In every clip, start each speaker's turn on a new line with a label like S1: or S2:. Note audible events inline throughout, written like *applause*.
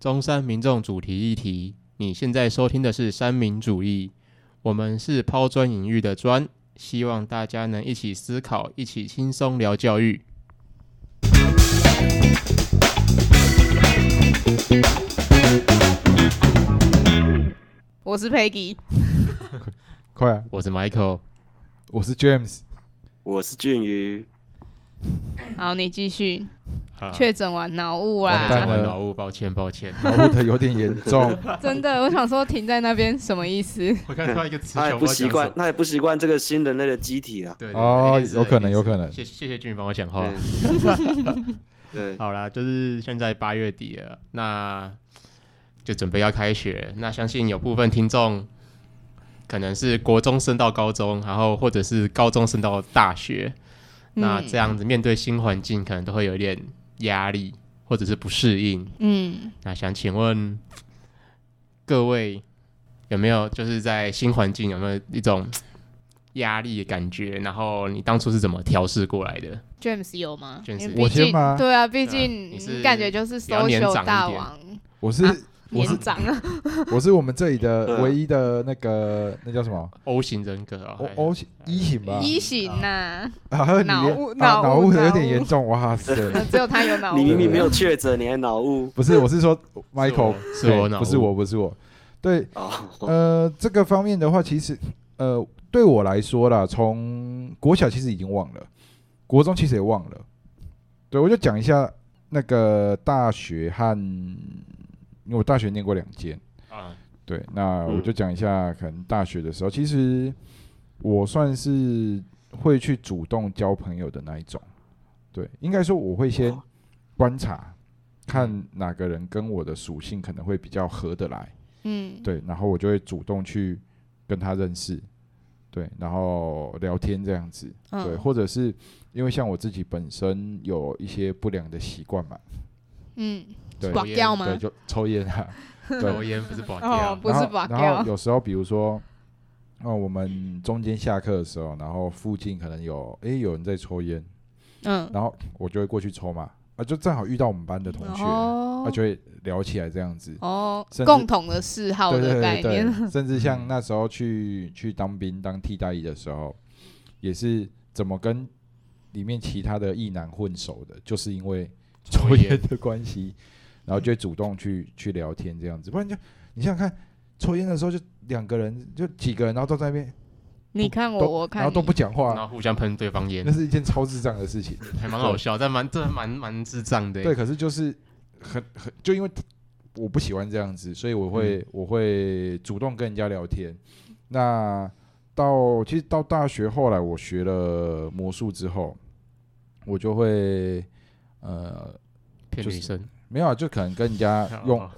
S1: 中山民众主题议题。你现在收听的是三民主义，我们是抛砖引玉的砖，希望大家能一起思考，一起轻松聊教育。
S2: 我是 Peggy，
S3: 快、啊，
S1: 我是 Michael，
S3: 我是 James，
S4: 我是俊宇，
S2: 好，你继续。
S1: 啊
S2: 确啊诊完脑雾
S1: 我
S3: 完
S1: 才
S3: 蛋
S2: 啦，
S1: 会
S3: 了
S1: 脑雾，抱歉抱歉。
S3: 脑雾的有点严重，
S2: 真的，我想说停在那边什么意思？
S1: 我看到一个词 *laughs*
S4: 他也不习惯，。他也不习惯这个新人类的机体啊。
S1: 对
S3: 对哦一定是有可能一定是有可能
S1: 谢谢谢俊宇帮我讲话。*laughs*
S4: 对，对，
S1: 好啦，就是现在八月底了，那就准备要开学。那相信有部分听众可能是国中升到高中，然后或者是高中升到大学，
S2: 嗯
S1: 那这样子面对新环境，可能都会有一点压力或者是不适应。
S2: 嗯，
S1: 那想请问各位有没有就是在新环境有没有一种压力的感觉？然后你当初是怎么调试过来的？
S2: James 有吗
S1: James
S2: 因为
S3: 我
S2: 毕竟
S3: 先吗
S2: 对啊，
S1: 对啊
S2: 毕竟
S1: 你是
S2: 感觉就是
S1: 比较年
S2: social
S1: 长一
S2: 大
S1: 点
S2: 王，
S3: 我是、
S2: 啊
S3: 我是
S2: 年长
S3: *laughs*
S2: 啊，
S3: 我是我们这里的
S4: 对啊
S3: 唯一的那个那叫什么
S1: O 型人格哦
S3: O O 型一型吧，
S2: 一型啊呐，
S3: 然后你
S2: 脑
S3: 连
S2: 雾
S3: 啊
S2: 脑雾
S3: 脑雾的有
S2: 脑雾
S3: 点严重，哇塞！
S2: 只有他有脑雾。
S4: 你明明没有确诊，你还脑雾
S3: 不是，我是说 Michael
S1: 是我
S3: 对
S1: 脑雾
S3: 不是我，不是我，对，
S4: 哦。
S3: 呃，这个方面的话，其实呃，对我来说啦，从国小其实已经忘了，国中其实也忘了。对，我就讲一下那个大学和，因为我大学念过两间，
S1: 啊，
S3: 对，那
S4: 嗯
S3: 我就讲一下，可能大学的时候，其实我算是会去主动交朋友的那一种。对，应该说我会先观察，看哪个人跟我的属性可能会比较合得来。
S2: 嗯，
S3: 对，然后我就会主动去跟他认识，对，然后聊天这样子，对，
S2: 嗯
S3: 或者是因为像我自己本身有一些不良的习惯嘛，
S2: 嗯，
S3: 对，
S2: 广掉吗
S3: 对，？就抽烟
S2: *laughs*
S3: 啊，
S1: 抽
S3: 对，
S1: 烟不是保
S2: 哦
S3: 啊
S1: 掉，
S2: 不是
S3: 然后
S2: 拔
S3: 然后
S2: 掉
S3: 有时候比如说，哦，我们中间下课的时候，然后附近可能有诶有人在抽烟，
S2: 嗯，
S3: 然后我就会过去抽嘛，啊，就正好遇到我们班的同学，啊，
S2: 哦
S3: 就会聊起来这样子，
S2: 哦
S3: 甚，至
S2: 共同的嗜好
S3: 对
S2: 的
S3: 对
S2: 概
S3: 对对，
S2: 念，
S3: 甚至
S1: 嗯
S3: 像那时候去去当兵当替代役的时候，也是怎么跟里面其他的役男混熟的，就是因为抽烟的关系，然后就会主动去去聊天这样子，不然就你想想看，抽烟的时候就两个人就几个人，然后都在那边
S2: 你看我，
S3: 都
S2: 我看
S3: 然后都
S2: 你
S3: 不讲
S1: 然
S3: 话，
S1: 后互相喷对方烟
S3: 那，是一件超智障的事情。
S1: 还蛮好笑，但蛮这蛮蛮智障的。
S3: 对，，可是就是很很就因为我不喜欢这样子，所以我会、
S2: 嗯
S3: 我会主动跟人家聊天。那到其实到大学后来，我学了魔术之后，我就会呃
S1: 骗
S3: 就是
S1: 女生，
S3: 没有啊，就可能跟人家用
S1: 哦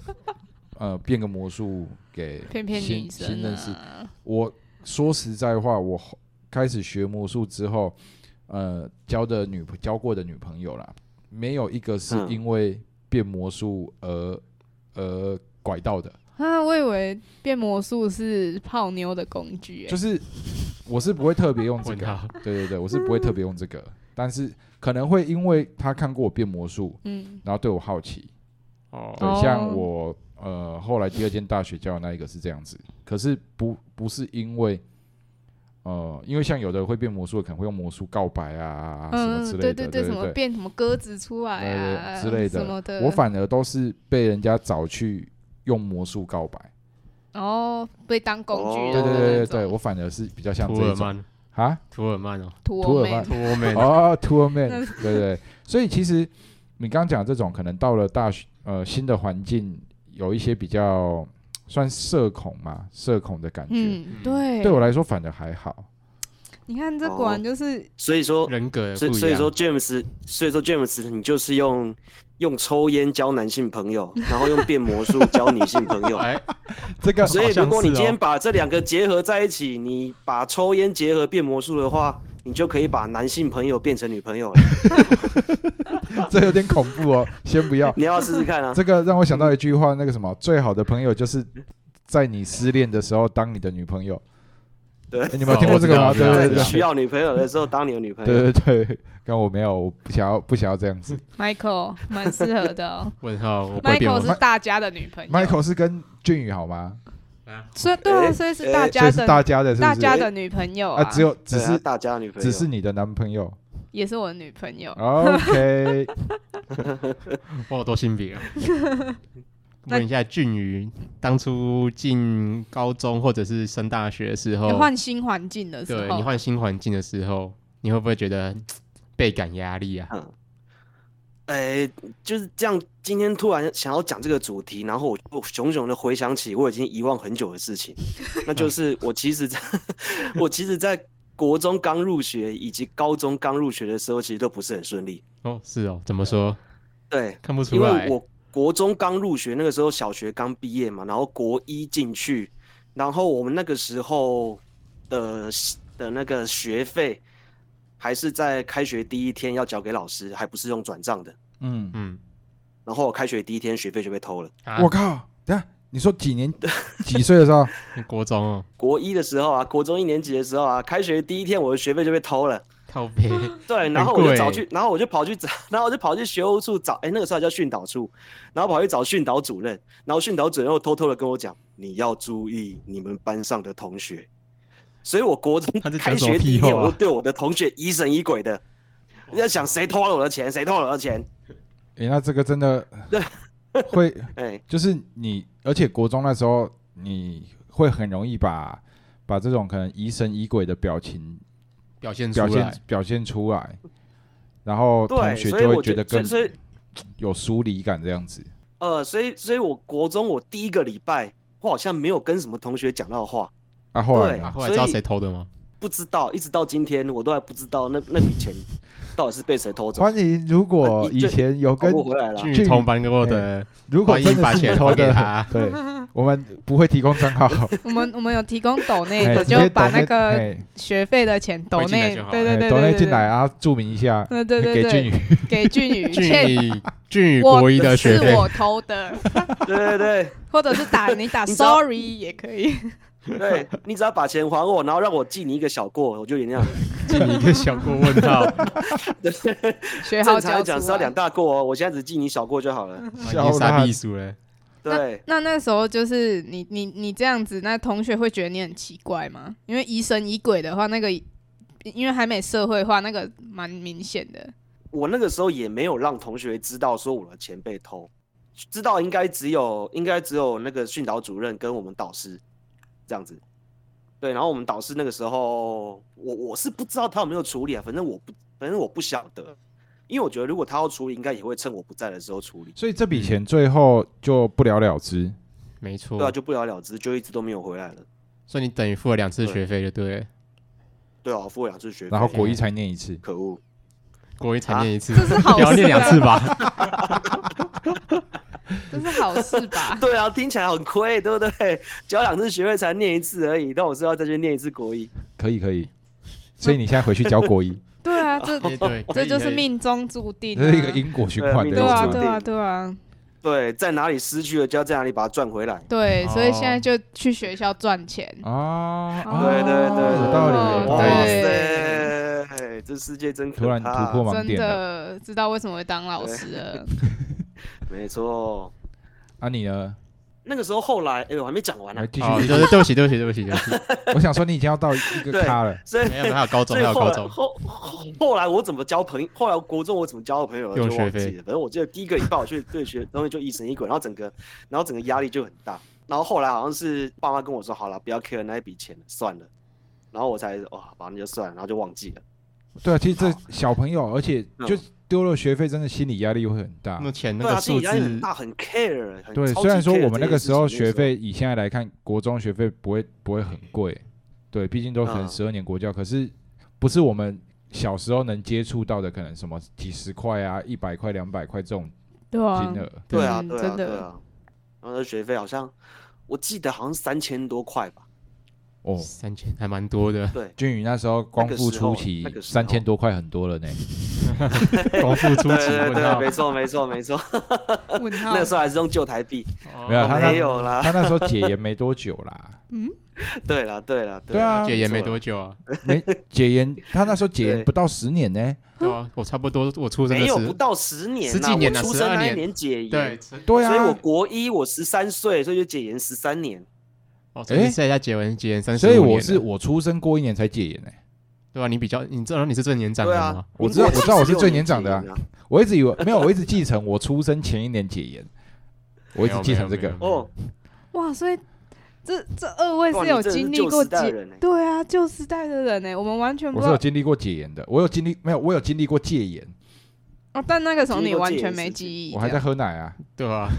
S3: 呃变个魔术给
S2: 骗骗
S3: 新
S2: 女
S3: 新
S2: 生
S3: 认识
S2: 啊，
S3: 我说实在话，我后开始学魔术之后，呃，交的女朋交过的女朋友啦，没有一个是
S4: 嗯
S3: 因为变魔术而、而拐到的，
S2: 啊，我以为变魔术是泡妞的工具、欸，
S3: 就是我是不会特别用这
S1: 问
S3: 个，
S1: 他，
S3: 对对对，我是不会特别用这个，但是可能会因为他看过我变魔术，
S2: 嗯，
S3: 然后对我好奇，对，
S1: 哦，
S2: 哦
S3: 像我呃后来第二间大学教的那一个是这样子，可是不不是因为呃，因为像有的会变魔术，可能会用魔术告白啊、什么
S2: 嗯，
S3: 之类
S2: 对
S3: 的，
S2: 对
S3: 对
S2: 什么变什么鸽子出来啊
S3: 对之类
S2: 什么的，
S3: 我反而都是被人家找去用魔术告白，
S2: 哦被当工具
S3: 对
S4: 哦
S2: 人的
S3: 对
S2: 那种，
S3: 对对对，我反而是比较像
S1: 图
S3: 这
S1: 尔
S3: 一种
S1: 曼，
S3: 啊，
S1: 图尔曼哦，
S2: 土
S3: 土
S2: 欧
S3: 耳
S2: 妹
S3: 曼
S1: 图尔曼，
S3: 哦，tour man，对对，所以其实你刚刚讲的这种，可能到了大学呃新的环境，有一些比较算社恐嘛，社恐的感觉，
S2: 嗯，对，
S3: 对我来说反而还好。
S2: 你看这果然就是
S4: 所以说，
S1: 人格不
S4: 所
S1: 一
S4: 以
S1: 样。
S4: 所以说 James，所以说 James，你就是用用抽烟交男性
S1: *laughs*
S4: 朋友，然后用变魔术交女性朋友。
S1: 哎，
S3: 这个
S4: 所以如果你今
S1: 好像是
S4: 天
S1: 哦
S4: 把这两个结合在一起，你把抽烟结合变魔术的话，你就可以把男性朋友变成
S1: *laughs*
S4: 女朋友了。
S3: 这有点恐怖哦， *laughs* 先不要。
S4: 你要试试看啊！
S3: 这个让我想到一句话，那个什么，最好的朋友就是在你失恋的时候当你的女朋友。
S4: 对
S3: 哎，你们有听过这个
S1: 哦
S3: 吗？
S1: 我知道
S3: 对
S1: 我知
S3: 对
S4: 在
S1: 道
S3: 对
S4: 需要女朋友的时候当你的女朋
S3: 对
S4: 友。
S3: 对对，但我没有，我不想要不想要这样子。
S2: Michael 蛮适合的哦
S1: 问号，我不会变我
S2: ，Michael 是大家的女朋友
S3: Michael 是跟俊宇好吗？
S2: 所以对啊，
S4: 哎
S2: 所以是
S4: 哎
S2: 大
S3: 所
S2: 家
S3: 以是
S2: 的
S3: 大家的，是不
S2: 大
S3: 是？
S2: 家的女朋友
S3: 啊，只有只
S4: 对啊
S3: 是
S4: 大家的女朋友，
S3: 只是你的男朋
S4: *laughs*
S3: 友。
S2: 也是我的女朋
S3: 哦
S2: 友。
S3: OK，
S1: 我有多性
S2: *laughs*
S1: 别啊。问一下俊宇，当初进高中或者是升大学的时
S2: 你
S1: 候，
S2: 换新环境的时
S1: 对你
S2: 候，
S1: 换新环境的时候，你会不会觉得嘖倍感压力啊？
S4: 哎、就是这样。今天突然想要讲这个主题，然后我我熊熊的回想起我已经遗忘很久的事 *laughs* 情，那就是我其实在， *laughs* 我其实，在国中刚入学以及高中刚入学的时候，其实都不是很顺利。
S1: 哦，是哦，怎么说？
S4: 对，
S1: 看不出
S4: 因
S1: 来
S4: 为。我国中刚入学，那个时候小学刚毕业嘛，然后国一进去，然后我们那个时候的的那个学费还是在开学第一天要交给老师，还不是用转账的。 *laughs*
S3: 嗯，
S1: 嗯，
S4: 然后我开学第一天学费就被偷了。
S1: 啊
S3: 我靠，等一下你说几年几岁的时
S4: *laughs*
S3: 候？
S1: 国中哦，
S4: 国一的时候啊，国中一年级的时候啊，开学第一天我的学费就被偷了。
S1: 靠背，
S4: 对，然后我就找去，然后我就跑去找，然后我就跑去学务处找，哎，那个时候还叫训导处，然后跑去找训导主任，然后训导主任又偷偷的跟我讲，你要注意你们班上的同学。所以，我国中
S1: 他在讲
S4: 开
S1: 什么
S4: 学第一天，
S1: 屁话啊
S4: 我就对我的同学疑神疑鬼的。你在想谁偷了我的钱？谁偷了我的钱？
S3: 诶，那这个真的会
S4: 哎，
S3: 就是你，而且国中那时候你会很容易把把这种可能疑神疑鬼的表情
S1: 表现出
S3: 表
S1: 来
S3: 现，表现出来，然后同
S4: 对，
S3: 学
S4: 所以
S3: 就
S4: 我
S3: 会觉得
S4: 所
S3: 更
S4: 以所以
S3: 有疏离感这样子。
S4: 呃，所以所以我国中我第一个礼拜，我好像没有跟什么同学讲到话，
S3: 啊，后来
S4: 对
S1: 啊
S3: 呢？
S1: 后来知道
S4: 所以
S1: 谁偷的吗？
S4: 不知道，一直到今天我都还不知道那那笔钱到底是被谁偷
S3: *laughs*
S4: 走。
S3: 欢迎，如果以前有
S4: 搞
S3: 跟
S4: 不啊回来了，
S1: 俊
S3: 俊
S1: 宇
S3: 宇
S1: 同班跟我的，
S3: 如果
S1: 欢
S3: 真
S1: 迎把
S3: 的是
S1: 钱
S3: 你偷
S1: 还给
S3: 的，。
S1: 他
S3: *laughs* 对，我们不会提供账号，
S2: 我们我们有提供抖内
S3: *laughs* 哎
S2: 的，
S3: 直接
S2: 就把那
S3: 抖内
S2: 个
S3: 哎
S2: 学费的钱抖
S1: 汇进来
S2: 内，
S1: 就好
S2: 对对
S3: 哎
S2: 对
S3: 抖
S2: 对
S3: 内
S2: 对，
S3: 进来啊，注明一下，
S2: 对对对
S3: 给
S2: 对
S3: 俊宇。 *laughs*
S2: 给俊宇
S1: *laughs* 俊
S2: 欠
S1: 宇，俊宇
S2: 我
S1: 国一的学费
S2: 是，我偷的， *laughs*
S4: 对对对
S2: 或者是
S3: *laughs*
S2: 打你打
S4: 你知道
S2: sorry 也可以。
S4: 对，对 *laughs* 你只要把钱还我，然后让我记你一个小过，我就
S2: *laughs*
S4: 原谅你。
S1: 进 *laughs* 一个小过问
S4: *laughs*
S1: 号，
S2: 学好
S4: 正常
S2: 交
S4: 来讲是
S2: 出
S4: 要
S2: 来嗯
S4: 两大过哦，我现在只记你小过就好了。
S1: 已经杀地鼠了。
S4: 对，
S2: 那那时候就是你你你这样子，那同学会觉得你很奇怪吗？因为疑神疑鬼的话，那个因为还没社会化，那个蛮明显的。
S4: 我那个时候也没有让同学知道说我的钱被偷，知道应该只有应该只有那个训导主任跟我们导师这样子。对，然后我们导师那个时候，我我是不知道他有没有处理啊，反正我不反正我不晓得，因为我觉得如果他要处理，应该也会趁我不在的时候处理。
S3: 所以这笔钱最后就不了了之。
S1: 没错，
S3: 嗯
S4: 对啊，就不了了之，就一直都没有回来了。
S1: 所以你等于付了两次学费就对了，
S4: 对啊，我付了两次学费，
S3: 然后国一才念一
S4: *laughs*
S3: 次，
S4: 可恶，
S1: 国一才念一次，
S2: 这是好
S4: 啊
S1: 不要念两次吧？
S4: *laughs*
S2: 这是好事
S3: *laughs*
S2: 吧？
S4: 对啊，听起来很亏，对不对？ *laughs* 交两次学费才念一次而已，但我是要再去念一次国一。
S3: 可以
S2: *laughs*
S3: 可以。所以你现在回去教国一，
S1: *laughs*
S2: 对啊，这
S1: 对对，可
S2: 这
S1: 以
S2: 就是。命中注定、
S3: 这是一个
S2: 啊。
S3: 因果循环的
S2: 对啊，
S4: 命中
S3: 东西。
S4: 注
S2: 对
S4: 定
S2: 啊，对啊，
S4: 对，在哪里失去了，就要在哪里把它赚回来。
S2: 对，所以
S1: 哦
S2: 现在就去学校赚钱。
S3: 啊，
S2: 对
S3: 啊
S4: 对对对，
S3: 有道理，
S2: 哦
S3: 有
S4: 哇
S3: 道理。
S4: 塞，这世界真可
S3: 突然突
S4: 怕
S3: 破盲
S2: 真
S3: 点了。
S2: 的知道为什么会当老师了，
S4: 没错。
S3: 啊，你呢？
S4: 那个时候后来，哎、我还没讲完呢、
S3: 来继
S1: 哦，
S3: 续。
S1: 对对不起，对不起，对不起，对不起，
S4: *laughs*
S3: 我想说你已经要到一个
S4: 对
S3: 咖了，
S4: 所以
S1: 没有，没有还有高中，
S4: 所
S1: 还
S4: 以
S1: 有
S4: 后
S1: 高
S4: 来
S1: 中，
S4: 后后后来我怎么交朋友？后来国中我怎么交到朋友
S1: 用
S4: 就忘
S1: 学
S4: 记
S1: 费
S4: 了。反正我记得第一个礼拜我去对学东西就疑神疑鬼，然后整个然后整个压力就很大。然后后来好像是爸妈跟我说，好了，不要 care 那一笔钱了，算了。然后我才哇，好吧，那就算了，然后就忘记了。
S3: 对啊，其实这小朋友，而且
S4: 嗯
S3: 就丢了学费，真的心理压力会很大。
S1: 那钱那
S4: 对啊，
S1: 个
S4: 心
S1: 数
S4: 理压力很
S1: 字，
S4: 大，很 care，很
S3: 对，
S4: 超
S3: 虽然
S4: 级
S3: 说
S4: care
S3: 我们
S4: 这
S3: 那个
S4: 件
S3: 时候
S4: 事情
S3: 学，费，以现在来看，国中学费不会不会很贵，对，毕竟都可能
S4: 嗯
S3: 十二年国教，可是不是我们小时候能接触到的，可能什么几十块啊、一百块、两百块这种
S2: *laughs* 对啊
S3: 金，额。
S4: 对啊，
S2: 嗯
S4: 对啊，
S2: 真
S4: 对
S2: 的
S4: 啊。然后那学费好像我记得好像三千多块吧，，
S3: 哦，
S1: 三千还蛮多的
S4: 对，
S3: 俊宇那时候光复初期
S4: 那个时候
S3: 三千多块很多了
S4: *laughs*
S3: 呢。
S1: 光复初
S4: 对
S1: 期
S4: 对
S1: 问
S4: 对，
S1: 到
S4: 没错没错
S2: *laughs*
S4: 没错，
S2: 问号
S4: *laughs* 那个时候还是用旧台币，
S3: 没有
S1: 哦
S3: 他那
S4: 没有啦，
S3: 他那时候解严没多久啦，
S4: 对啦对啦
S3: 对啊
S4: 啦，
S1: 姐也没
S4: 错
S1: 多久啊，
S3: 没解严，他那时候解严
S4: 对
S3: 不到十年呢。
S1: 对啊，我差不多我出生
S4: 没
S1: 的
S4: 有不
S1: 时，
S4: 到十年
S1: 十
S4: 呐，
S1: 几年
S4: 我
S1: 啊
S4: 出
S1: 12
S4: 生那一
S1: 年
S4: 年解严，
S1: 对，
S3: 对啊，
S4: 所以我国一我十三岁，所以就解严十三年。
S1: 哦，所以
S3: 诶
S1: 现在结婚结三十，
S3: 所以我是我出生过一年才戒烟呢、
S1: 对啊吧？你比较，你知道你是最年长的
S4: 对
S1: 吗
S4: 啊？，
S3: 我知道
S4: 民国
S3: 我知道我是
S4: 76
S3: 最年长的啊
S4: 年解严
S3: 我一直以为没有，我一直继承我出生前一年戒烟，我一直继承这
S1: 没
S3: 个
S1: 有。
S2: *laughs*
S4: 哦，
S2: 哇，所以这这二位
S4: 哇
S2: 是
S4: 你
S2: 有
S4: 真的
S2: 经历
S4: 旧
S2: 过
S4: 时代
S2: 几
S4: 的人欸
S2: 对啊，旧时代的人呢、我们完全不
S3: 我
S2: 知
S3: 是
S2: 道
S3: 有。经历过戒烟的，我有经历没有？我有经历过戒烟，
S2: 哦，但那个时候
S4: 经历
S2: 你
S4: 过
S2: 完
S4: 戒
S2: 全
S4: 严
S2: 没
S4: 时
S2: 记忆，
S3: 我还在喝奶啊。
S1: 对吧？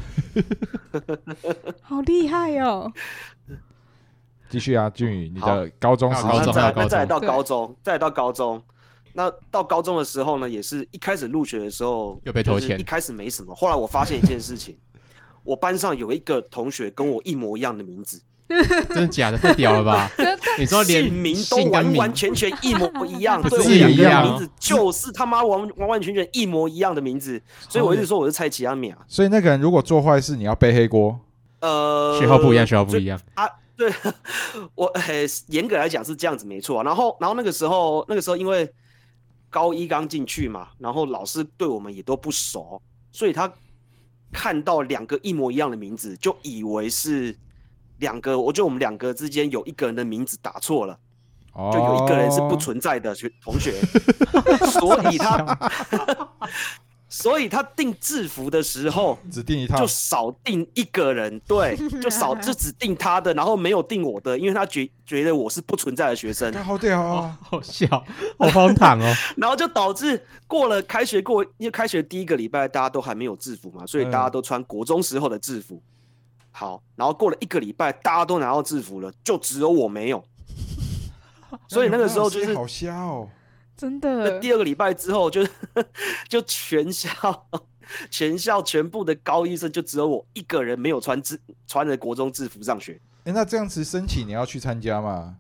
S2: 好厉害哦！
S3: 继续啊，俊宇，你
S4: 好
S3: 的高中时
S1: 高
S4: 好，那
S1: 中
S4: 再
S1: 还
S4: 来
S1: 有高
S4: 那再来
S1: 中
S4: 到高中，再来到高中。那到高中的时候呢，也是一开始入学的时候
S1: 又被偷
S4: 就是
S1: 钱
S4: 一开始没什么，后来我发现一件事情，我班上有一个同学跟我一模一样的名字，
S1: 真的假的？太屌了吧！你说连
S4: 姓名都
S1: 姓跟
S4: 完
S1: 名
S4: 完全全一模一样，
S1: *laughs* 不
S4: 对，
S1: 至
S4: 我
S1: 于
S4: 两个
S1: 啊
S4: 名字就是他妈完完完全全一模一样的名字，所以我一直说我是蔡奇安米啊，
S3: 所以那个人如果做坏事，你要背黑锅。
S4: 呃，
S1: 学号不一样，学号不一样，
S4: 对，我 *laughs* 呃，严格来讲是这样子没错啊、然后，然后那个时候，那个时候因为高一刚进去嘛，然后老师对我们也都不熟，所以他看到两个一模一样的名字，就以为是两个，我觉得我们两个之间有一个人的名字打错了，
S3: 哦，
S4: 就有一个人是不存在的学同学， *laughs* 所以他， *laughs* 所以他订制服的时候，
S3: 只哦定一套
S4: 就。少定一个人，
S3: *laughs*
S4: 对，就少就只定他的，然后没有定我的，因为他觉觉得我是不存在的学生
S3: 干，
S1: 哦
S3: 好屌
S4: 哦
S3: 啊！
S1: 好笑，好荒唐哦！
S4: 然后就导致过了开学过，因为开学第一个礼拜大家都还没有制服嘛，所以
S3: 嗯
S4: 大家都穿国中时候的制服。好，然后过了一个礼拜，大家都拿到制服了，就只有我没
S3: *laughs*
S4: 有。所以那个时候就是
S3: 好瞎哦。
S2: 真
S4: 那
S2: 的，
S4: 第二个礼拜之后就， *laughs* 是就全校全校全部的高一生就只有我一个人没有穿制穿着国中制服上学。
S3: 哎，那这样子申请你要去参加吗？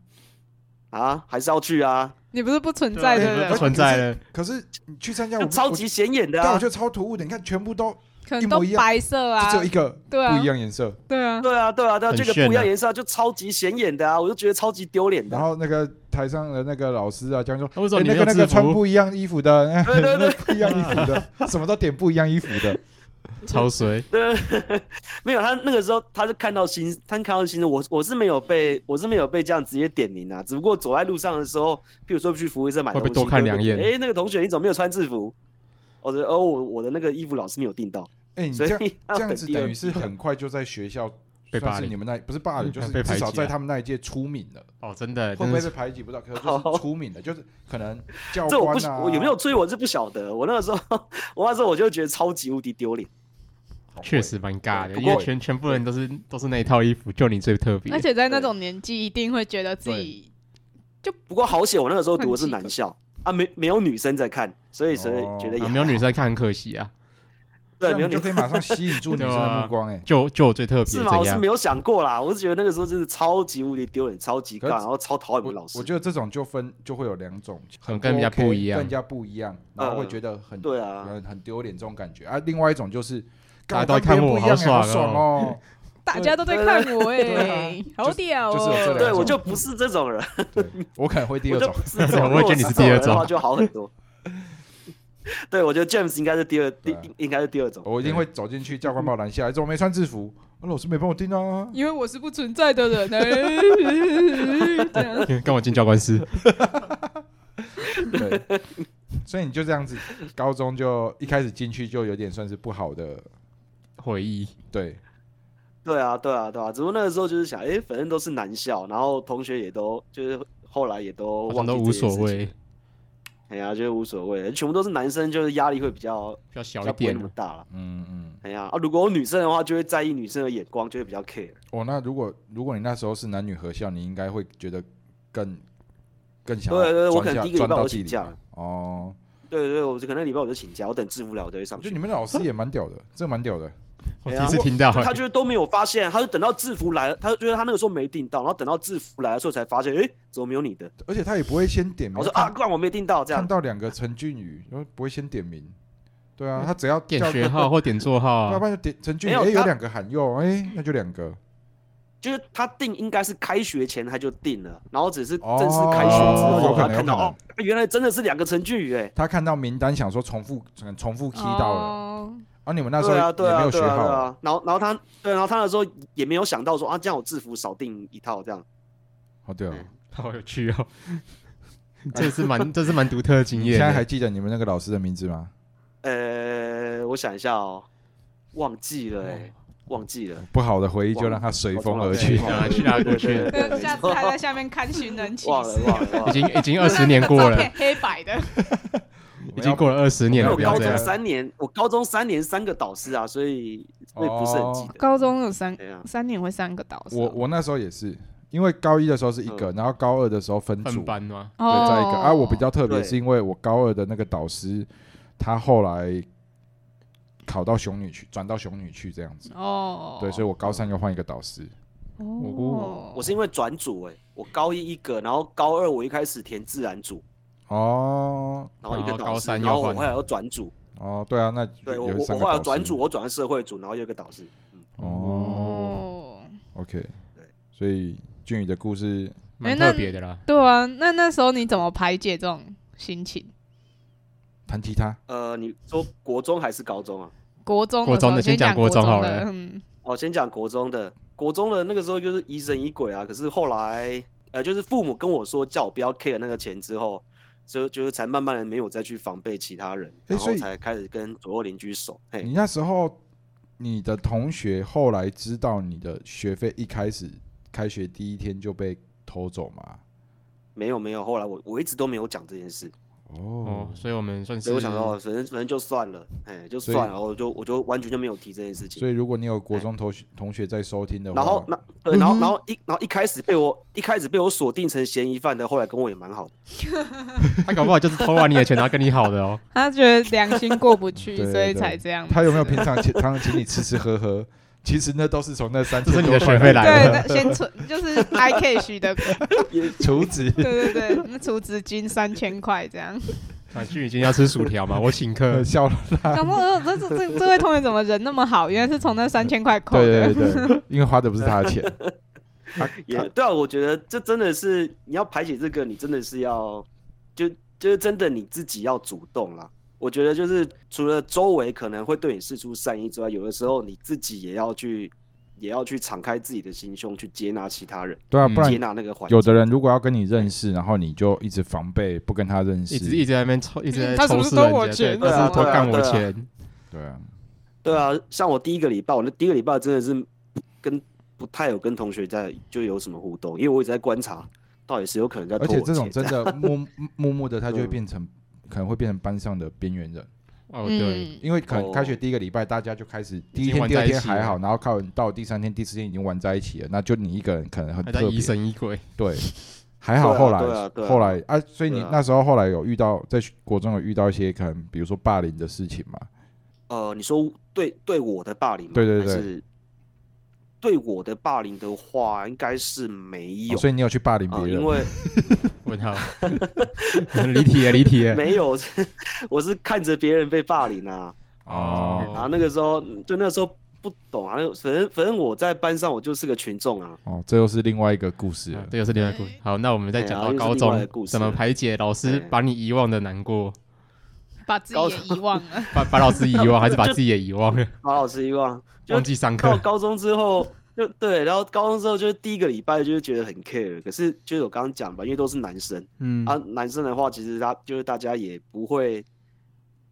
S4: 啊，还是要去啊，
S2: 你不是不存在的
S1: 啊不
S3: 对
S2: 人，
S1: 存在
S4: *laughs*
S1: 了，
S3: 可是你去参加，
S4: 就
S3: 我
S4: 超级显眼的
S3: 但我
S4: 啊
S3: 觉。得超突兀的。你看，全部都
S2: 可能都
S3: 一模一样
S2: 白色啊
S3: 只，有一个
S2: 对啊
S3: 不一样颜色。
S2: 对啊，
S4: 对啊，对啊，对啊，
S1: 很
S4: 这个
S1: 炫
S4: 不一样
S1: 啊
S4: 颜色啊就超级显眼的啊，我就觉得超级丢脸的
S3: 然
S4: 啊。
S3: 后那个台上的那个老师啊，讲说，
S1: 他为什么
S3: 诶
S1: 你
S3: 那
S1: 没有
S3: 个那
S1: 制
S3: 个穿
S1: 服？
S3: 不一样衣服的，
S4: *laughs*
S3: 哎
S4: 对对对，
S3: 不一样衣服的，什么都点不一样衣服的。
S1: 超水，
S4: 对， *laughs* 没有他那个时候，他是看到新，他看到新的，我我是没有被，我是没有被这样直接点名啊。只不过走在路上的时候，譬如说去服务社买
S1: 会被
S4: 东西，
S1: 多看
S4: 就
S1: 两
S4: 会被点
S1: 眼
S4: 哎、那个同学你怎么没有穿制服？我的哦，我我的那个衣服老师没有订到，
S3: 哎，你
S4: 所
S3: 这
S4: 以
S3: 样
S4: *laughs* 他要
S3: 这样
S4: 等
S3: 子
S4: 第二
S3: 等于是
S4: 批
S3: 很快就在学校
S1: 被霸
S3: 算是
S1: 凌
S3: 你们那不是霸凌，
S1: 嗯
S3: 就是
S1: 被排
S3: 至
S1: 挤
S3: 少
S1: 啊
S3: 在他们那一届出名了。
S1: 哦，真的，
S3: 会
S1: 真
S3: 不
S1: 的
S3: 会
S1: 是
S3: 被排挤不知道，可是就是出名的，就是可能教
S4: 这我不
S3: 官啊，
S4: 我有没有追我是不晓得。我那个时候， *laughs* 我那时候我就觉得超级无敌丢脸。
S3: 哦
S1: 确实蛮尬的，
S4: 不
S1: 因
S4: 过
S1: 为全全部人都是都是那一套衣服，就你最特别
S2: 而。且在那种年纪，一定会觉得自己
S4: 不过好险，我那个时候读的是
S2: 很奇怪
S4: 男校啊，没没有女生在看，所以所以
S3: 哦
S4: 觉得也
S1: 啊
S4: 还
S1: 没有
S4: 好
S1: 女生看很可惜啊，
S3: 这
S4: *laughs* 对，
S3: 样
S4: 没有
S3: 你
S4: 女
S3: 就可以马
S4: *laughs*
S3: 上吸引住女生的目光哎。
S1: 就就我最特别
S4: 是吗？我
S1: 这
S4: 是
S1: 样
S4: 没。有想过啦，我是觉得那个时候真是超级无敌丢脸，超级
S3: 可
S4: 尬，
S3: 是
S4: 然后超讨厌我们
S3: 我
S4: 老师。
S3: 我觉得这种就分就会有两种，很
S1: 跟人家
S3: OK，
S1: 不一样
S3: 跟人家不一样，然后会觉得很
S4: 对啊，
S3: 很很丢脸这种感觉啊。另外一种就是
S1: 大家
S3: 干
S1: 都在看我
S3: 跟别人不一样欸
S1: 好
S3: 好
S1: 爽啊 *laughs*
S3: 爽哦，
S2: 大家都在看我
S3: 对啊
S2: 哎，好屌
S3: 就是有这两
S4: 对
S2: 哦！
S4: 我就不是这
S1: *laughs*
S4: 种人，
S3: 对我可能会第
S4: 我
S3: 二
S4: 就
S3: 种
S4: 不，是这种人。
S1: 我也觉得你是第二种
S4: 如果我这人的话，就好很
S1: *laughs*
S4: 多。对，我觉得 James 应该是第二，第
S3: 对啊
S4: 应该是第二种。
S3: 我一定会走进去，教官把我拦下来，说我没穿制服，啊老师没帮我订
S4: *laughs*
S3: 啊。
S2: 因为我是不存在的人欸
S3: *laughs*
S2: 哎，这样
S1: 跟我进教官室，
S3: 对，所以你就这样子，高中就一开始进去就有点算是不好的，
S1: 回忆
S3: 对，
S4: 对啊，对啊，对啊。只不过那个时候就是想，哎，反正都是男校，然后同学也都就是后来也都
S1: 好
S4: 忘
S1: 像都
S4: 记这
S1: 无
S4: 件
S1: 所
S4: 事情
S1: 谓，
S4: 了。哎呀，就是无所谓，全部都是男生，就是压力会比较
S1: 比较
S4: 比
S1: 小
S4: 较
S1: 一
S4: 不会
S1: 点
S4: 那么
S1: 啊。
S4: 大了。
S3: 嗯嗯。
S4: 哎呀，啊，如果我女生的话，就会在意女生的眼光，就会比较 care。
S3: 哦，那如果如果你那时候是男女合校，你应该会觉得更更想要
S4: 对对对我
S3: 钻
S4: 可能
S3: 下
S4: 第一个礼
S3: 钻
S4: 拜
S3: 到地
S4: 我请
S3: 里
S4: 假
S3: 面
S4: 了
S3: 哦。
S4: 对对对，我就可能那礼拜我就请假，我等制服了我就会上
S3: 我觉得
S4: 去。
S3: 你们老师也蛮屌的，这蛮屌的。
S1: 我
S4: 哎
S1: 第
S4: 呀
S1: 一次听到、
S4: 他就是都没有发现，他就等到制服来了，他就觉得他那个时候没订到，然后等到制服来的时候才发现，诶，怎么没有你的？
S3: 而且他也不会先点名。
S4: 我说
S3: 看
S4: 啊，怪我没订到这
S3: 看
S4: 样。
S3: 到两个陈俊宇，然后不会先点名。对啊，他只要
S1: 点
S3: 叫
S1: 学号，或点座号
S3: 要
S1: 啊
S3: 不，然就点陈俊宇，
S4: 没有
S3: 哎，有
S4: 他
S3: 两个喊佑，哎，那就两个。
S4: 就是他定应该是开学前他就定了，然后只是
S3: 哦
S4: 正式开学之
S1: 有
S4: 后
S1: 可
S4: 他
S1: 能
S4: 看到
S3: 有可能
S4: 哦，原来真的是两个陈俊宇哎，
S3: 他看到名单，想说重复重复 key 到了，
S2: 哦，
S3: 啊，你们那时候
S4: 对啊
S3: 也
S4: 对
S3: 没
S4: 啊
S3: 有
S4: 对
S3: 学
S4: 啊对
S3: 号，
S4: 啊，然后然后他对，然后他那时候也没有想到说啊，这样我制服少订一套这样，
S3: 哦对哦。
S1: 嗯好有趣哦。 *laughs* 这是蛮，这是蛮独特的经
S3: 你
S1: 验
S3: 现
S1: 的。
S3: 在还记得你们那个老师的名字吗？
S4: 呃，我想一下哦，忘记了哎，忘记了，
S3: 不好的回忆就让他随风而去
S1: 忘。了让他去哪过去
S4: 对对对
S2: 下次还在下面看寻人启
S4: 忘了
S2: 事，
S4: 忘了忘
S1: 已
S4: 了。
S1: 经已经二十年过
S2: 那个照
S1: 了
S2: 片，黑白的，
S1: 已经过了二十年
S4: 因为
S1: 了，
S4: 我
S1: 不要
S4: 高
S1: 这
S4: 中
S1: 样。
S4: 三年，我高中三年三个导师啊，所以所以不是很记得。
S2: 高中有三
S4: 对啊，
S2: 三年会三个导师
S3: 我
S2: 哦，
S3: 我那时候也是，因为高一的时候是一
S4: 嗯
S3: 个，然后高二的时候分组，
S1: 分班吗？
S3: 对，再一个
S2: 哦
S3: 啊，我比较特别
S4: 对
S3: 是因为我高二的那个导师，他后来考到雄女去，转到雄女去这样子，
S2: 哦，
S3: 对，所以我高
S4: 嗯
S3: 三又换一个导师，
S2: 哦
S1: 我
S4: 我是因为转组哎、我高一一个，然后高二我一开始填自然组，
S3: 哦
S4: 然后一
S1: 然
S4: 个
S1: 后
S4: 导
S1: 高
S4: 师，
S1: 三
S4: 然
S1: 又
S4: 后我
S1: 换
S4: 后来又转组，
S3: 哦，对啊，那
S4: 对
S3: 有
S4: 我
S3: 有
S4: 我
S3: 三
S4: 我
S3: 个
S4: 后
S3: 导
S4: 来有转
S3: 师
S4: 组，我转到社会组，然后又一个导师，嗯，
S3: 哦
S2: 哦，
S3: ，OK，
S4: 对
S3: 所以俊宇的故事
S2: 哎
S1: 蛮特别的啦。
S2: 对啊，那那时候你怎么排解这种心情？
S3: 弹吉他，
S4: 呃，你说国中还是高中啊？
S2: 国中
S1: 国中的
S2: 的时候
S1: 先
S2: 先
S1: 讲国
S2: 国
S1: 中好
S2: 的
S1: 了
S2: 嗯，
S4: 哦，先讲国中的，国中的那个时候就是疑神疑鬼啊，可是后来呃，就是父母跟我说叫我不要 care 那个钱之后。就就是才慢慢的没有再去防备其他人，然
S3: 所
S4: 后
S3: 以嗯
S4: 才开始跟左右邻居熟。嘿，
S3: 你那时候你的同学后来知道你的学费一开始开学第一天就被偷走吗？
S4: 没有没有，后来我我一直都没有讲这件事，
S1: 哦
S3: 哦，，
S1: 所以我们算是
S4: 所以我想到反正反正就算了，哎，就
S3: 所以
S4: 算了，然后我就我就完全就没有提这件事情。
S3: 所以如果你有国中同学同学在收听的话，嗯
S4: 哎然后那对，然后然后一然后一开始被我一开始被我锁定成嫌疑犯的，后来跟我也蛮好的。
S1: *laughs* 他搞不好就是偷啊完你的钱，然后跟你好的哦。
S2: 他觉得良心过不去，
S3: 对
S2: 所以
S3: 对
S2: 才这样。
S3: 他有没有平常请常常请你吃吃喝喝？其实那都是从那三
S1: 这是
S3: 千
S1: 你的
S3: 多块
S1: 学费来
S2: 对，
S1: 的
S3: *laughs*
S2: 那先存 *laughs* 就是 I K 许的，对
S3: 厨
S4: *laughs*
S3: 子，
S2: 对对，那储资金三千块这样。
S1: 啊，俊宇今天要吃薯条 *laughs* 嘛？我请客
S3: 呃笑了。
S2: *laughs* 想说，呃，这这这这位同学怎么人那么好？原来是从那三千块扣的
S3: 对对。对对，因为花的不是他
S4: *laughs*
S3: 的钱。啊
S4: 也对啊，我觉得这真的是你要排解这个，你真的是要就就是真的你自己要主动啦。我觉得就是除了周围可能会对你示出善意之外，有的时候你自己也要去也要去敞开自己的心胸，去接纳其他人，
S3: 对啊，
S1: 嗯
S3: 不然
S4: 接纳那个环境。
S3: 有的人如果要跟你认识，然后你就一直防备，不跟他认
S1: 一直
S3: 识。
S1: 一直在那边抽，一直在
S2: 嗯他是
S1: 抽
S2: 不
S1: 死
S2: 是
S1: 人
S2: 偷我
S1: 家，
S2: 钱
S1: 对，
S4: 对
S1: 他是
S4: 啊
S1: 不是偷
S4: 对啊
S1: 干我
S4: 对啊
S1: 钱。
S3: 对啊，
S4: 对啊，像我第一个礼拜，我那第一个礼拜真的是跟不太有跟同学在就有什么互动，因为我一直在观察到底是有可能在偷
S3: 而
S4: 我
S3: 且这种
S4: 钱
S3: 真的默默默的，他就会
S4: 嗯
S3: 变成可能会变成班上的边缘人，
S1: 哦，对，
S2: *laughs* 嗯，
S3: 因为可能
S4: 哦
S3: 开学第一个礼拜大家就开始第一
S1: 经
S3: 天、
S1: 玩
S3: 第二
S1: 在一
S3: 天
S1: 起
S3: 还
S1: 了
S3: 好，然后靠到第三天、第四天已经玩在一起了，那就你一个人可能很
S1: 还
S3: 特
S1: 在
S3: 别。
S1: 疑神疑鬼。
S3: 对，还好
S4: 对啊
S3: 后来、
S4: 对啊对啊
S3: 后来啊，所以你
S4: 对啊
S3: 那时候后来有遇到在学国中有遇到一些可能比如说霸凌的事情嘛？
S4: 呃，你说对对我的霸凌吗？
S3: 对对对
S4: 还是对我的霸凌的话，应该是没有，
S3: 哦所以你有去霸凌别
S4: 呃、
S3: 人？*laughs*
S4: 因为
S1: 问 *laughs* 号，离题了，离题了。
S4: *laughs* 没有，我是看着别人被霸凌啊。
S3: 哦
S4: 然后那个时候，就那时候不懂啊，那反正反正我在班上我就是个群众啊。
S3: 哦，这又是另外一个故事了。
S1: 啊这又是另外一个故事。好，那我们再讲到高
S4: 哎呀又是另外一个
S1: 中
S4: 故事
S1: 怎么排解老师把你遗忘的难过，
S2: 把自己也遗忘了。
S1: 把把老师遗
S4: *laughs*
S1: 忘，还是把自己也遗忘了，
S4: 马老师遗忘，
S1: *laughs*
S4: 就
S1: 忘记上
S4: 到
S3: *laughs*
S1: 课。
S4: 高中之后，就对，然后高中之后就是第一个礼拜就是觉得很 care，可是就是我刚刚讲吧，因为都是男生
S1: 嗯，
S4: 啊，男生的话其实他就是大家也不会，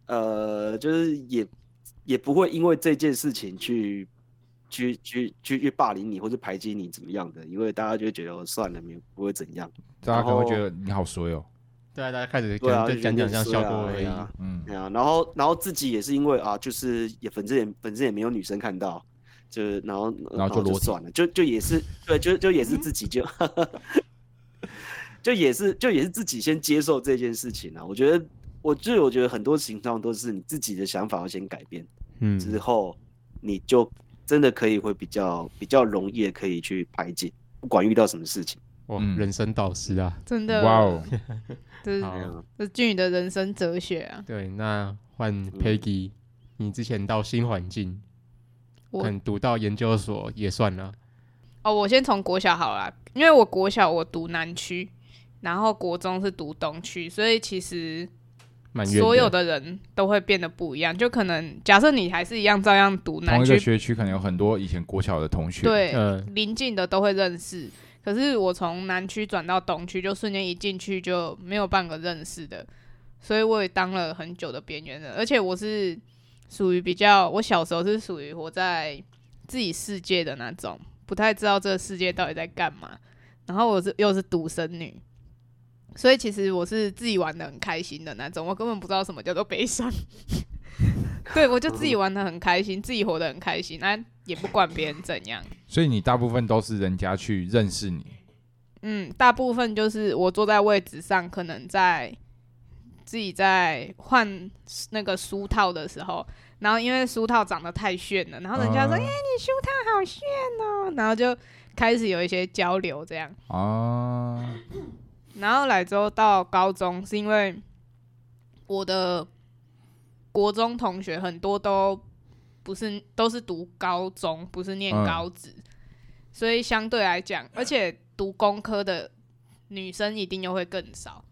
S4: 呃，就是也也不会因为这件事情去去去去去霸凌你或者排挤你怎么样的，因为大家就会觉得、哦、算了，没有不会怎样，
S3: 大家可能
S4: 然
S3: 会
S4: 后
S3: 觉得你好衰哦。
S1: 对啊，大家开始可
S4: 对啊，
S1: 能就讲讲这样效果而已。
S4: 啊。
S3: 嗯，
S4: 对啊，然后然后自己也是因为啊，就是也反正也反正也没有女生看到，就是然后
S3: 然后就裸体
S4: 算了，就就也是对，就就也是自己就， *laughs* 就也是就也是自己先接受这件事情啊。我觉得，我就是我觉得很多情况都是你自己的想法要先改变，
S1: 嗯，
S4: 之后你就真的可以会比较比较容易的可以去排解，不管遇到什么事情。
S1: 哇，
S3: 嗯
S1: 人生导师啊！
S2: 真的，
S3: 哇哦，
S4: 嗯
S2: 这是
S1: 好，
S2: 这是俊宇的人生哲学啊！
S1: 对，那换
S4: 嗯
S1: Peggy，你之前到新环境，
S2: 我
S1: 可能读到研究所也算了，
S2: 哦，我先从国小好了啦，因为我国小我读南区，然后国中是读东区，所以其实
S1: 蛮远
S2: 所有
S1: 的
S2: 的人都会变得不一样。就可能假设你还是一样照样读
S3: 同
S2: 南
S3: 一个
S2: 区，
S3: 学区可能有很多以前国小的同学，，
S2: 对，
S1: 嗯
S2: 邻近的都会认识。可是我从南区转到东区，就瞬间一进去就没有半个认识的，所以我也当了很久的边缘人。而且我是属于比较，我小时候是属于活在自己世界的那种，不太知道这个世界到底在干嘛。然后我是又是独生女，所以其实我是自己玩的很开心的那种，我根本不知道什么叫做悲伤。 *laughs* 对，我就自己玩的很开心，自己活得很开心，那也不管别人怎样。
S3: 所以你大部分都是人家去认识你，
S2: 嗯，大部分就是我坐在位置上，可能在自己在换那个书套的时候，然后因为书套长得太炫了，然后人家说：“哎、
S3: 啊
S2: 你书套好炫哦！”然后就开始有一些交流这样。
S3: 啊，
S2: 然后来之后到高中，是因为我的国中同学很多都不是都是读高中，不是念
S3: 嗯
S2: 高职，所以相对来讲，而且读工科的女生一定又会更少，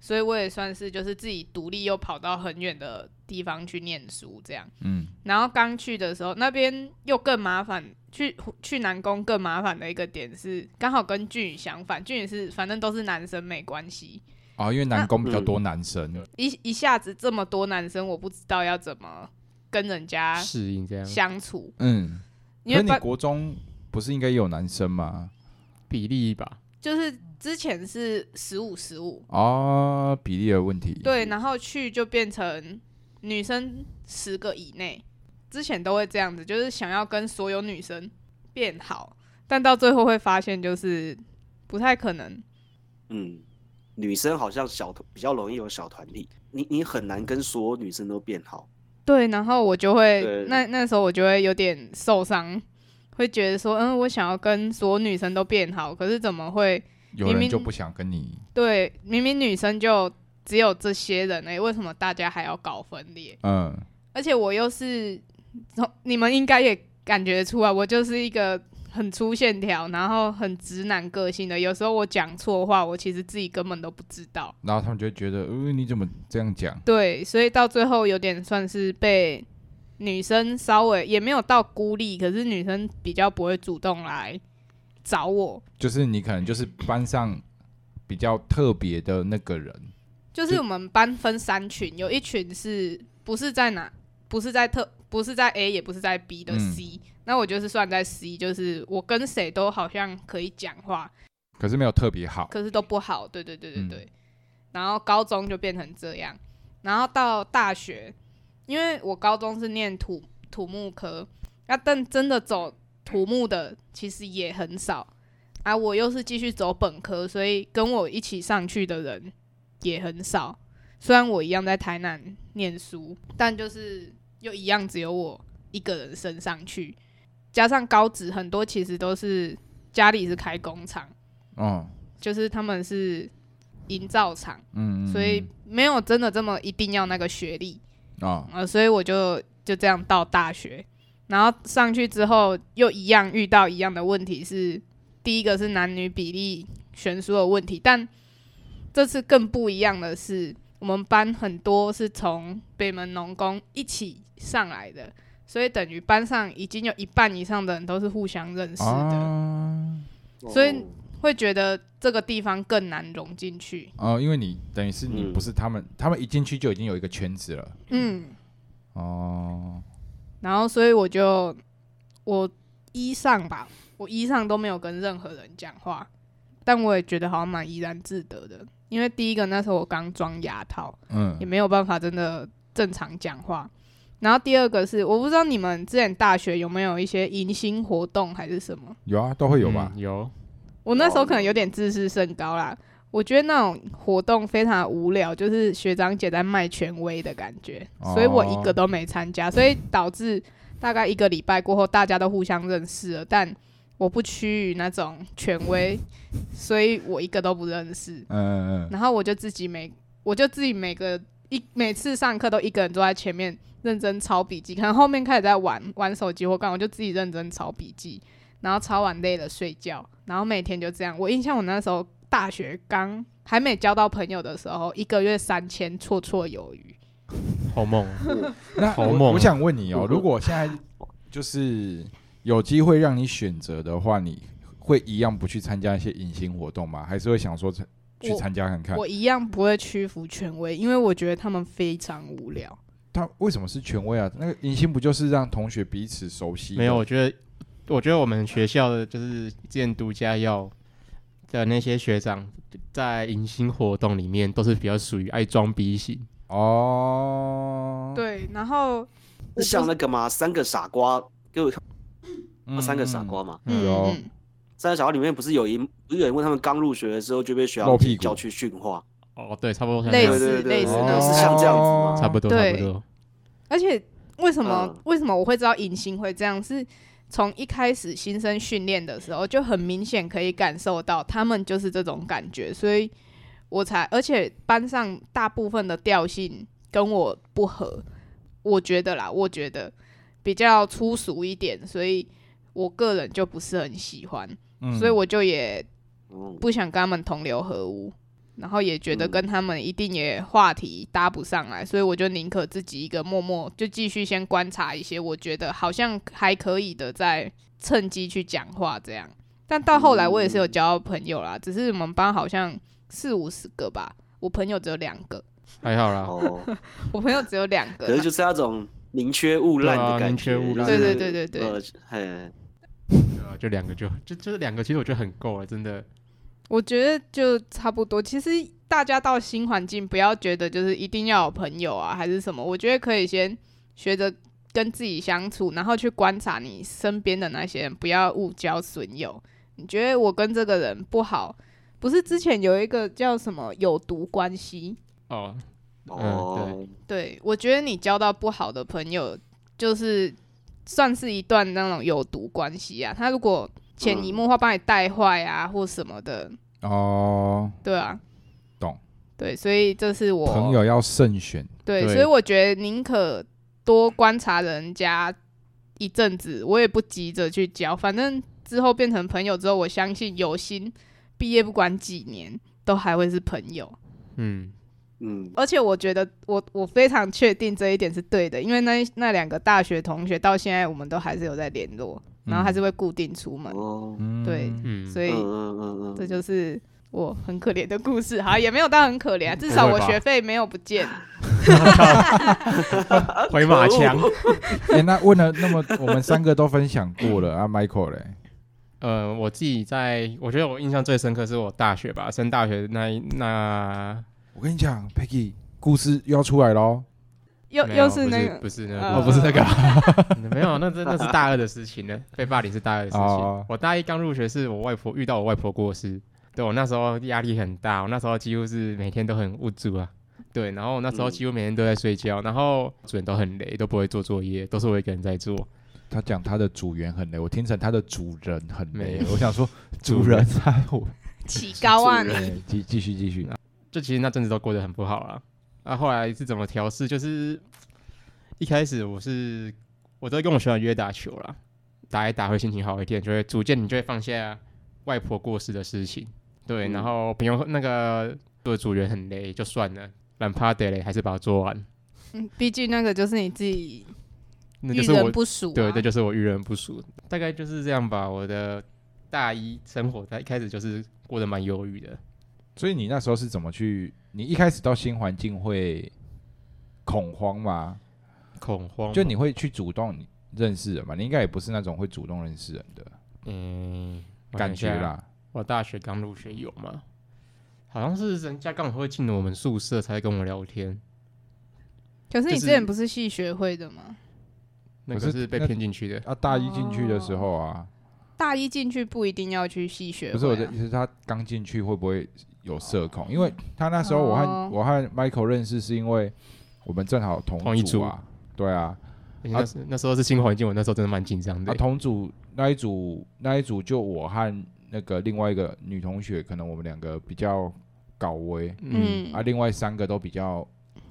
S2: 所以我也算是就是自己独立又跑到很远的地方去念书这样。
S3: 嗯，
S2: 然后刚去的时候，那边又更麻烦，去去南宫更麻烦的一个点是，刚好跟俊宇相反，俊宇是反正都是男生没关系，
S3: 啊，因为南工比较多男生，
S2: 一一下子这么多男生，我不知道要怎么跟人
S4: 啊
S2: 家
S1: 适应这样，
S2: 相处，
S3: 嗯，可
S2: 因为
S3: 是你
S2: 班
S3: 国中不是应该也有男生吗？
S1: 比例吧，
S2: 就是之前是十五十五，
S3: 啊，比例的问题，，
S2: 对，然后去就变成女生十个以内，之前都会这样子，就是想要跟所有女生变好，但到最后会发现就是不太可能。
S4: 嗯，女生好像小比较容易有小团体，你你很难跟所有女生都变好。
S2: 对，然后我就会
S4: 对
S2: 那那时候我就会有点受伤，会觉得说，嗯，我想要跟所有女生都变好，可是怎么会
S3: 有
S2: 明
S3: 人
S2: 明
S3: 就不想跟你，
S2: 对明明女生就只有这些人呢、为什么大家还要搞分裂？
S3: 嗯，
S2: 而且我又是，从你们应该也感觉出来，我就是一个很粗线条，然后很直男个性的。有时候我讲错话，我其实自己根本都不知道。
S3: 然后他们就会觉得，呃，你怎么这样讲？
S2: 对，所以到最后有点算是被女生稍微也没有到孤立，可是女生比较不会主动来找我，
S3: 就是你可能就是班上比较特别的那个人，
S2: 就是我们班分三群，有一群是不是在哪，不是在特，不是在 A，也不是在 B 的
S3: 嗯
S2: C，、那我就是算在 C，就是我跟谁都好像可以讲话，
S3: 可是没有特别好，
S2: 可是都不好。对对对对
S3: 嗯
S2: 对。然后高中就变成这样，然后到大学，因为我高中是念土土木科，啊，但真的走土木的其实也很少啊。我又是继续走本科，所以跟我一起上去的人也很少。虽然我一样在台南念书，但就是又一样只有我一个人升上去，加上高职很多其实都是家里是开工厂，
S3: 嗯
S2: 就是他们是营造厂，
S3: 嗯，嗯
S2: 所以没有真的这么一定要那个学历，
S3: 啊、
S2: 呃，所以我就就这样到大学，然后上去之后又一样遇到一样的问题是，第一个是男女比例悬殊的问题，但这次更不一样的是，我们班很多是从北门农工一起上来的，所以等于班上已经有一半以上的人都是互相认识的。
S3: 啊
S2: 所
S1: 哦
S2: 以会觉得这个地方更难融进去。
S3: 哦，因为你等于是你
S4: 嗯
S3: 不是他们，他们一进去就已经有一个圈子了，
S2: 嗯，
S3: 哦，
S2: 然后所以我就我一上吧，我一上都没有跟任何人讲话，但我也觉得好像蛮怡然自得的，因为第一个那时候我刚装牙套，
S3: 嗯
S2: 也，没有办法真的正常讲话。然后第二个是，我不知道你们之前大学有没有一些迎新活动还是什么。
S3: 有啊，都会有吧
S1: 嗯？有，
S2: 我那时候可能有点自视甚高啦，我觉得那种活动非常无聊，就是学长姐在卖权威的感觉，
S3: 哦
S2: 所以我一个都没参加，所以导致大概一个礼拜过后，大家都互相认识了，但我不趋于那种权威，所以我一个都不认识。
S3: 嗯嗯嗯，
S2: 然后我就自己每我就自己每个一每次上课都一个人坐在前面认真抄笔记，可能后面开始在玩玩手机或干嘛，我就自己认真抄笔记，然后抄完累了睡觉，然后每天就这样。我印象我那时候大学刚还没交到朋友的时候，一个月三千绰绰有余。
S1: 好啊梦，
S4: *laughs*
S3: 那
S1: 好
S3: 我
S1: 猛
S3: 我想问你
S1: *laughs*
S3: 哦，
S4: 嗯
S3: 如果现在就是有机会让你选择的话，你会一样不去参加一些隐形活动吗？还是会想说去参加看看？
S2: 我一样不会屈服权威，因为我觉得他们非常无聊。
S3: 他为什么是权威啊？那个迎新不就是让同学彼此熟悉？
S1: 没有，我，觉得，我觉得我们学校的就是之前独家药的那些学长，在迎新活动里面都是比较属于爱装逼型。
S3: 哦，
S2: 对，然后
S4: 是像那个嘛，三个傻瓜，给我
S3: 嗯，
S4: 三个傻瓜嘛，
S2: 嗯
S3: 有
S2: 嗯
S4: 三个傻瓜里面不是有一不是有人问他们刚入学的时候就被学
S3: 露
S4: 校
S3: 屁股
S4: 叫去训话，
S1: 哦，对，差不多像这
S2: 类
S1: 样，
S4: 对对
S2: 似
S4: 对
S2: 类
S3: 嗯，
S2: 似
S4: 是
S2: 那
S4: 的
S2: 种
S4: 是像这样子吗
S1: 差不多，差不
S2: 对
S1: 多。
S2: 而且为什么、
S4: 嗯
S2: 为什么我会知道隐形会这样？是从一开始新生训练的时候就很明显可以感受到，他们就是这种感觉，所以我才而且班上大部分的调性跟我不合，我觉得啦，我觉得比较粗俗一点，所以我个人就不是很喜欢，
S3: 嗯
S2: 所以我就也
S1: 哦
S4: 嗯，
S2: 不想跟他们同流合污，然后也觉得
S4: 嗯
S2: 跟他们一定也话题搭不上来，所以我就宁可自己一个默默就继续先观察一些我觉得好像还可以的，再趁机去讲话这样。但到后来我也是有交到朋友
S4: 嗯
S2: 啦，只是我们班好像四五十个吧，我朋友只有两个，
S1: 还好啦，
S4: 哦，
S2: *laughs* 我朋友只有两个
S4: 可是，就是那种宁缺毋滥
S1: 对啊
S4: 的感觉，
S1: 宁缺毋滥嗯
S4: 就
S2: 对
S4: 是
S2: 对对对对
S4: 呃，嘿，
S1: 对啊就两个就就就是两个，其实我觉得很够啊了，真的。
S2: 我觉得就差不多。其实大家到新环境，不要觉得就是一定要有朋友啊，还是什么。我觉得可以先学着跟自己相处，然后去观察你身边的那些人，不要误交损友。你觉得我跟这个人不好，不是之前有一个叫什么有毒关系？
S1: 哦，嗯
S4: 哦，
S2: 对我觉得你交到不好的朋友，就是算是一段那种有毒关系啊。他如果潜移默化把你带坏啊，或什么的，
S3: 哦，
S2: 对啊，
S3: 懂。
S2: 对，所以这是我
S3: 朋友要慎选，
S2: 对，
S1: 对
S2: 所以我觉得宁可多观察人家一阵子，我也不急着去交。反正之后变成朋友之后，我相信有心，毕业不管几年都还会是朋友。
S1: 嗯，
S4: 嗯，
S2: 而且我觉得我我非常确定这一点是对的，因为那那两个大学同学到现在我们都还是有在联络，然后还是会固定出门，
S4: 哦，
S3: 嗯
S2: 对
S1: 嗯
S2: 所
S4: 嗯
S2: 以
S4: 嗯嗯嗯，
S2: 这就是我很可怜的故事，好，也没有到很可怜啊，至少
S3: 嗯不
S2: 我
S3: 会吧
S2: 学费没有不见。
S1: 回马枪。
S3: 哎、那问了那么，我们三个都分享过了啊，Michael 嘞，
S1: 呃，我自己在，我觉得我印象最深刻是我大学吧，升大学那一那
S3: 我跟你讲，Peggy 故事又要出来喽，
S2: 又
S1: 没有
S2: 又是那个
S1: 不是不是那
S2: 呃
S1: 个，
S3: 哦，不是那个，
S1: *laughs* 没有，那是那是大二的事情了，被霸凌是大二的事情。
S3: 哦
S1: 我大一刚入学是我外婆遇到我外婆过世，对我那时候压力很大，我那时候几乎是每天都很无助啊。对，然后我那时候
S4: 嗯
S1: 几乎每天都在睡觉，然后主任都很累，都不会做作业，都是我一个人在做。
S3: 他讲他的组员很累，我听成他的主人很累
S1: 没，有
S3: 我想说主人啊，我
S2: 起
S1: *laughs*
S2: 高啊
S4: 主
S2: 你
S4: 人。
S3: *laughs* 哎继继续继续，
S1: 就其实那阵子都过得很不好啦。啊，后来是怎么调试？就是一开始我是我都跟我学长约打球啦，打一打会心情好一点，就会逐渐你就会放下外婆过世的事情。对，
S4: 嗯
S1: 然后朋友那个做组员很累就算了，懒趴得嘞，还是把它做完。
S2: 嗯，毕竟那个就是你自己
S1: *laughs* 那
S2: 遇
S1: 就是我
S2: 人不淑、啊。
S1: 对，这就是我遇人不淑，大概就是这样吧。我的大一生活，在一开始就是过得蛮忧郁的。
S3: 所以你那时候是怎么去？你一开始到新环境会恐慌吗？
S1: 恐慌，
S3: 就你会去主动认识人吗？你应该也不是那种会主动认识人的
S1: 嗯，我想
S3: 感
S1: 一
S3: 觉
S1: 下
S3: 啦，
S1: 我大学刚入学有吗？好像是人家刚好会进了我们宿舍才跟我聊天，
S2: 可是你
S1: 就
S2: 之
S1: 是
S2: 前不是系学会的吗？
S1: 那
S3: 可
S1: 个
S3: 是
S1: 是被
S3: 那
S1: 骗进去的。
S3: 啊，大一进去的时候啊，
S2: 大一进去不一定要去系学会、啊，嗯
S3: 不是我的意思，他刚进去会不会有社恐？因为他那时候我和、
S2: 哦
S3: 我和 Michael 认识是因为我们正好同
S1: 同一
S3: 组啊，对啊，
S1: 而且那时那时候是新环境，我那时候真的蛮紧张
S3: 啊，
S1: 的。
S3: 同组那一组那一组就我和那个另外一个女同学，可能我们两个比较搞威，
S1: 嗯，
S2: 嗯，
S3: 啊，另外三个都比较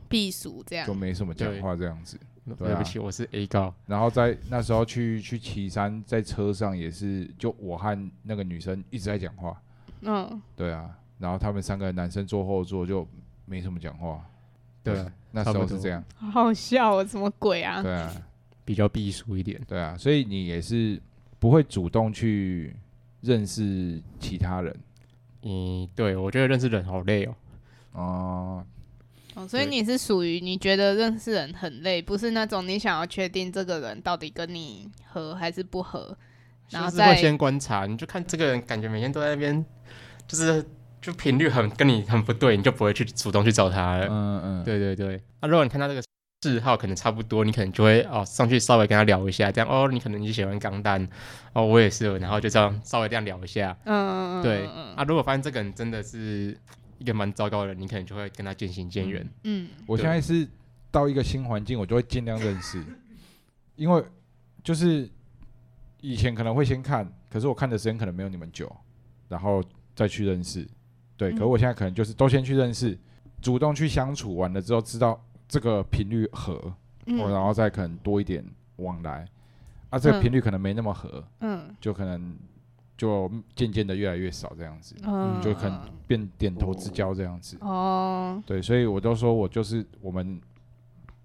S2: 避暑这样
S3: 就，没什么讲
S1: 对
S3: 话这样子。对啊
S1: 嗯对不起，我是 A 高，
S3: 然后在那时候去去岐山，在车上也是，就我和那个女生一直在讲话，
S2: 嗯，
S3: 对啊，然后他们三个男生坐后座就没什么讲话，
S1: 对啊，
S3: 那
S1: 差
S3: 时
S1: 不
S3: 候是
S1: 多
S3: 这样，
S2: 好好笑哦，什么鬼啊？
S3: 对啊，
S1: 比较避暑一点。
S3: 对啊，所以你也是不会主动去认识其他人
S1: 嗯，对，我觉得认识人好累哦。
S3: 哦，
S2: 哦，所以
S1: 对
S2: 你是属于你觉得认识人很累，不是那种你想要确定这个人到底跟你合还是不合，然后
S1: 就是会
S2: 再
S1: 先观察，你就看这个人，感觉每天都在那边，就是就频率很跟你很不对，你就不会去主动去找他了。
S3: 嗯嗯，
S1: 哎对对对，那、如果你看到这个嗜好可能差不多，你可能就会哦上去稍微跟他聊一下，这样哦，你可能你喜欢钢弹，哦我也是，然后就这样稍微这样聊一下。
S2: 嗯，嗯嗯
S1: 对、
S2: 嗯
S1: 啊，如果发现这个人真的是一个蛮糟糕的人，你可能就会跟他渐行渐远。
S2: 嗯，
S3: 我现在是到一个新环境，我就会尽量认识，因为就是以前可能会先看，可是我看的时间可能没有你们久，然后再去认识。对，
S2: 嗯
S3: 可我现在可能就是都先去认识，主动去相处，完了之后知道这个频率合，
S2: 嗯
S3: 哦然后再可能多一点往来。啊，这
S2: 嗯
S3: 个频率可能没那么合，
S2: 嗯
S3: 就可能就渐渐的越来越少这样子，
S2: 嗯，
S3: 就可能
S4: 哦
S3: 变点头之交这样子。
S2: 哦，
S3: 对，所以我都说我就是我们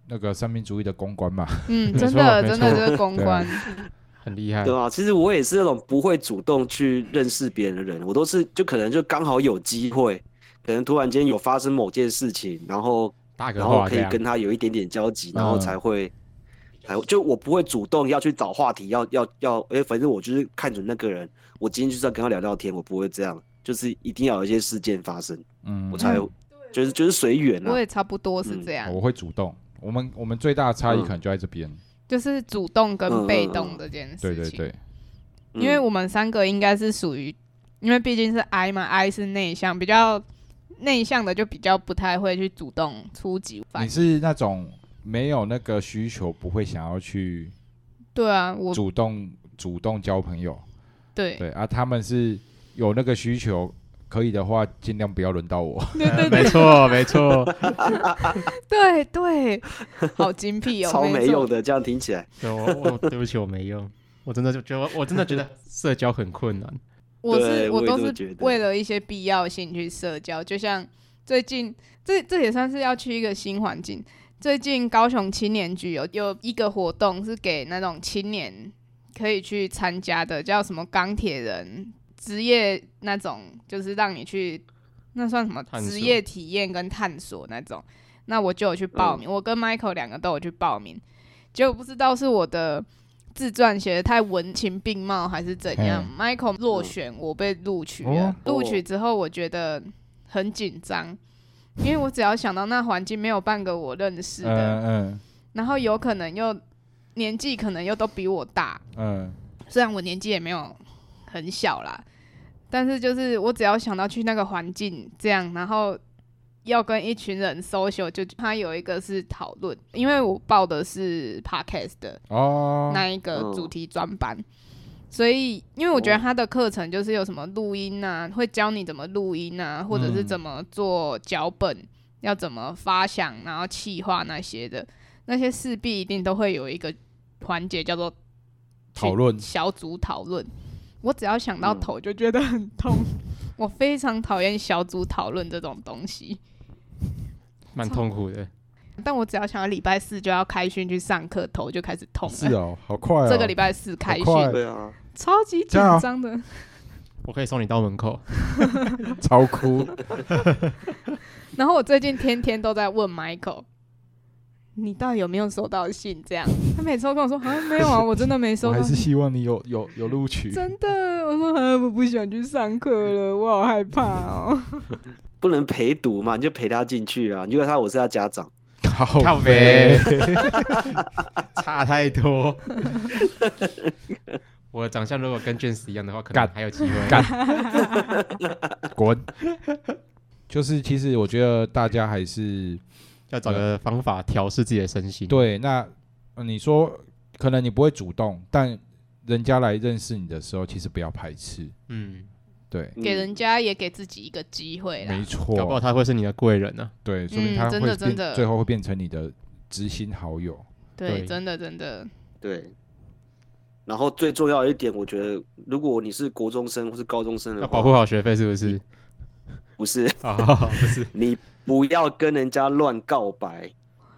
S3: 那个三民主义的公关嘛。
S2: 嗯，
S1: 没
S2: 真
S1: 错
S2: 的
S1: 没
S2: 真的
S1: 错
S2: 就是公
S3: 对啊
S2: 关，
S1: 很厉害
S4: 对，啊，其实我也是那种不会主动去认识别人的人，我都是就可能就刚好有机会，可能突然间有发生某件事情，然后
S1: 大哥
S4: 然后
S1: 话
S4: 可
S1: 这
S4: 以
S1: 样，
S4: 跟他 *laughs* 有一点点交集，然后
S3: 嗯
S4: 才会，才会就我不会主动要去找话题，要要要，哎，反正我就是看准那个人，我今天就是要跟他聊聊天，我不会这样，就是一定要有一些事件发生，
S3: 嗯，
S4: 我才
S2: 嗯
S4: 就是就是随缘
S2: 我
S4: 啊。
S2: 也差不多是
S4: 嗯
S2: 这样，
S3: 我会主动。我们我们最大的差异
S4: 嗯
S3: 可能就在这边。
S2: 就是主动跟被
S4: 嗯嗯
S2: 动
S4: 嗯
S2: 这件
S3: 对
S2: 事
S3: 对
S2: 情，
S3: 对，
S2: 因为
S4: 嗯
S2: 我们三个应该是属于，因为毕竟是 I 嘛，I 是内向，比较内向的就比较不太会去主动出击反
S3: 你
S2: 应。
S3: 是那种没有那个需求，不会想要去
S2: 对啊，我
S3: 主动主动交朋友。
S2: 对
S3: 对啊，他们是有那个需求，可以的话尽量不要轮到我。
S2: 对对
S1: 没
S2: 对
S1: 错没错，
S2: *laughs* 对对，好精辟哦，
S4: *laughs* 超没
S2: 错
S4: 用。的，这样听起来，
S1: 对我我对不起我没用，我真的就觉得我真的觉得社交很困难。
S2: 我是
S4: 对我也
S2: 都
S4: 这么
S2: 是
S4: 觉得
S2: 为了一些必要性去社交，就像最近这这也算是要去一个新环境。最近高雄青年局有有一个活动是给那种青年可以去参加的，叫什么钢铁人职业那种，就是让你去那算什么
S1: 探索
S2: 职业体验跟探索那种。那我就有去报
S4: 嗯
S2: 名，我跟 Michael 两个都有去报名，结果不知道是我的自传写的太文情并茂还是怎样、m i c h a e l 落选，我被录取了
S3: 哦。
S2: 录取之后，我觉得很紧张，因为我只要想到那环境没有半个我认识的，
S3: *laughs* 嗯
S2: 然后有可能又年纪可能又都比我大，
S3: 嗯嗯，
S2: 虽然我年纪也没有很小啦，但是就是我只要想到去那个环境这样，然后要跟一群人 social，就他有一个是讨论，因为我报的是 podcast 的，
S3: 哦，
S2: 那一个
S4: 嗯
S2: 主题专班。所以，因为我
S3: 哦
S2: 觉得他的课程就是有什么录音啊，会教你怎么录音啊，或者是
S3: 嗯
S2: 怎么做脚本，要怎么发想，然后企划那些的，那些势必一定都会有一个环节叫做
S3: 讨论
S2: 小组讨论。我只要想到
S4: 嗯
S2: 头就觉得很痛，我非常讨厌小组讨论这种东西。
S1: 蛮痛苦的。
S2: 但我只要想到礼拜四就要开训去上课，头就开始痛了。
S3: 是哦，好快哦。
S2: 这个礼拜四开训，
S3: 快
S4: 对啊，
S2: 超级紧
S3: 加油
S2: 张的。
S1: 我可以送你到门口，
S2: *laughs*
S3: 超哭，
S2: 然后我最近天天都在问 Michael，你到底有没有收到信？ *laughs* 这样，他每次都跟我说啊，没有 *laughs* 啊，我真的没
S3: 我
S2: 收到
S3: 还。是希望你有有有录取。
S2: 真的，我说啊，我不想去上课了，我好害怕 *laughs* 哦。
S4: 不能陪读嘛，你就陪他进去啊，你就跟他我是他家长，
S3: 靠
S1: 靠
S3: 北
S1: 北， *laughs* 差太多。 *laughs* 我的长相如果跟 James 一样的话，可能
S3: 干
S1: 还有机会。
S3: 干滚！就是其实我觉得大家还是
S1: 要找个方法调试自己的身心。，
S3: 对那呃你说可能你不会主动，但人家来认识你的时候，其实不要排斥。
S1: 嗯，
S3: 对，
S4: 嗯
S2: 给人家也给自己一个机会啦
S3: 没。
S1: 搞不好
S3: 错，
S1: 他会是你的贵人啊呢、
S3: 对，说
S2: 嗯
S3: 明他会
S2: 真的
S3: 变，
S2: 真的
S3: 最后会变成你的知心好友。
S1: 对
S2: 对，真的真的，
S4: 对。然后最重要一点，我觉得如果你是国中生或是高中生的
S1: 要
S4: 话，
S1: 保护好学费是不是？
S4: 不是
S1: 啊、不是，
S4: 你不要跟人家乱告白，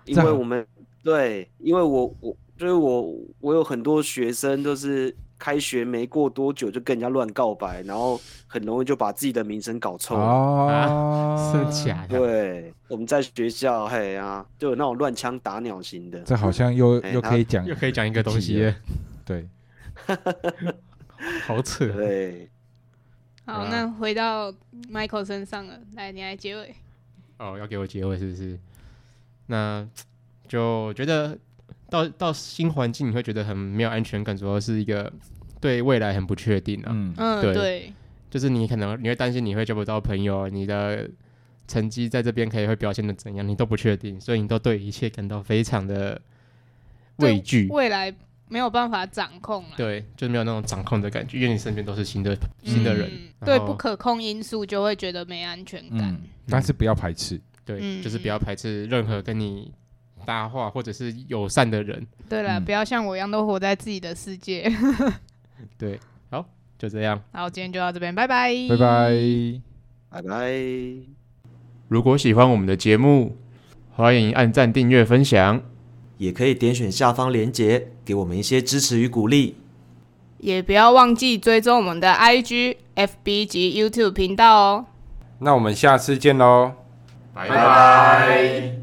S4: 因
S3: 这
S4: 为
S3: 样
S4: 我们对，因为我我就是我我有很多学生都是开学没过多久就跟人家乱告白，然后很容易就把自己的名声搞臭了。
S3: 啊
S1: 真的假的？
S4: 对，我们在学校嘿啊，就有那种乱枪打鸟型的，
S3: 这好像又
S4: 哎
S3: 又
S4: 他
S3: 可以讲
S1: 又，可以讲一个东西耶，
S3: 对，
S1: 好扯。
S4: 对，
S1: 好
S2: 好，
S1: 啦
S2: 那回到 Michael 身上了，来，你来结尾。
S1: 哦，要给我结尾是不是？那就觉得到到新环境，你会觉得很没有安全感，主要是一个对未来很不确定啊。
S3: 嗯，
S2: 嗯，
S1: 对
S2: 对，
S1: 就是你可能你会担心你会交不到朋友，你的成绩在这边可以会表现的怎样，你都不确定，所以你都对一切感到非常的畏惧。
S2: 未来没有办法掌控啊了。
S1: 对，就是没有那种掌控的感觉，因为你身边都是新的新的人，
S2: 嗯
S1: 然
S2: 对
S1: 后
S2: 不可控因素就会觉得没安全感。
S3: 嗯，但是不要排斥，
S1: 对，
S2: 嗯
S1: 就是不要排斥任何跟你搭话或者是友善的人，
S2: 对了，
S3: 嗯
S2: 不要像我一样都活在自己的世界。 *laughs*
S1: 对，好，就这样。
S2: 好，今天就到这边，拜拜，
S3: 拜拜。
S4: 拜拜。
S1: 如果喜欢我们的节目，欢迎按赞、订阅、分享。
S5: 也可以点选下方链接，给我们一些支持与鼓励。
S2: 也不要忘记追踪我们的 IG、FB 及 YouTube 频道哦。
S3: 那我们下次见喽。
S1: 拜拜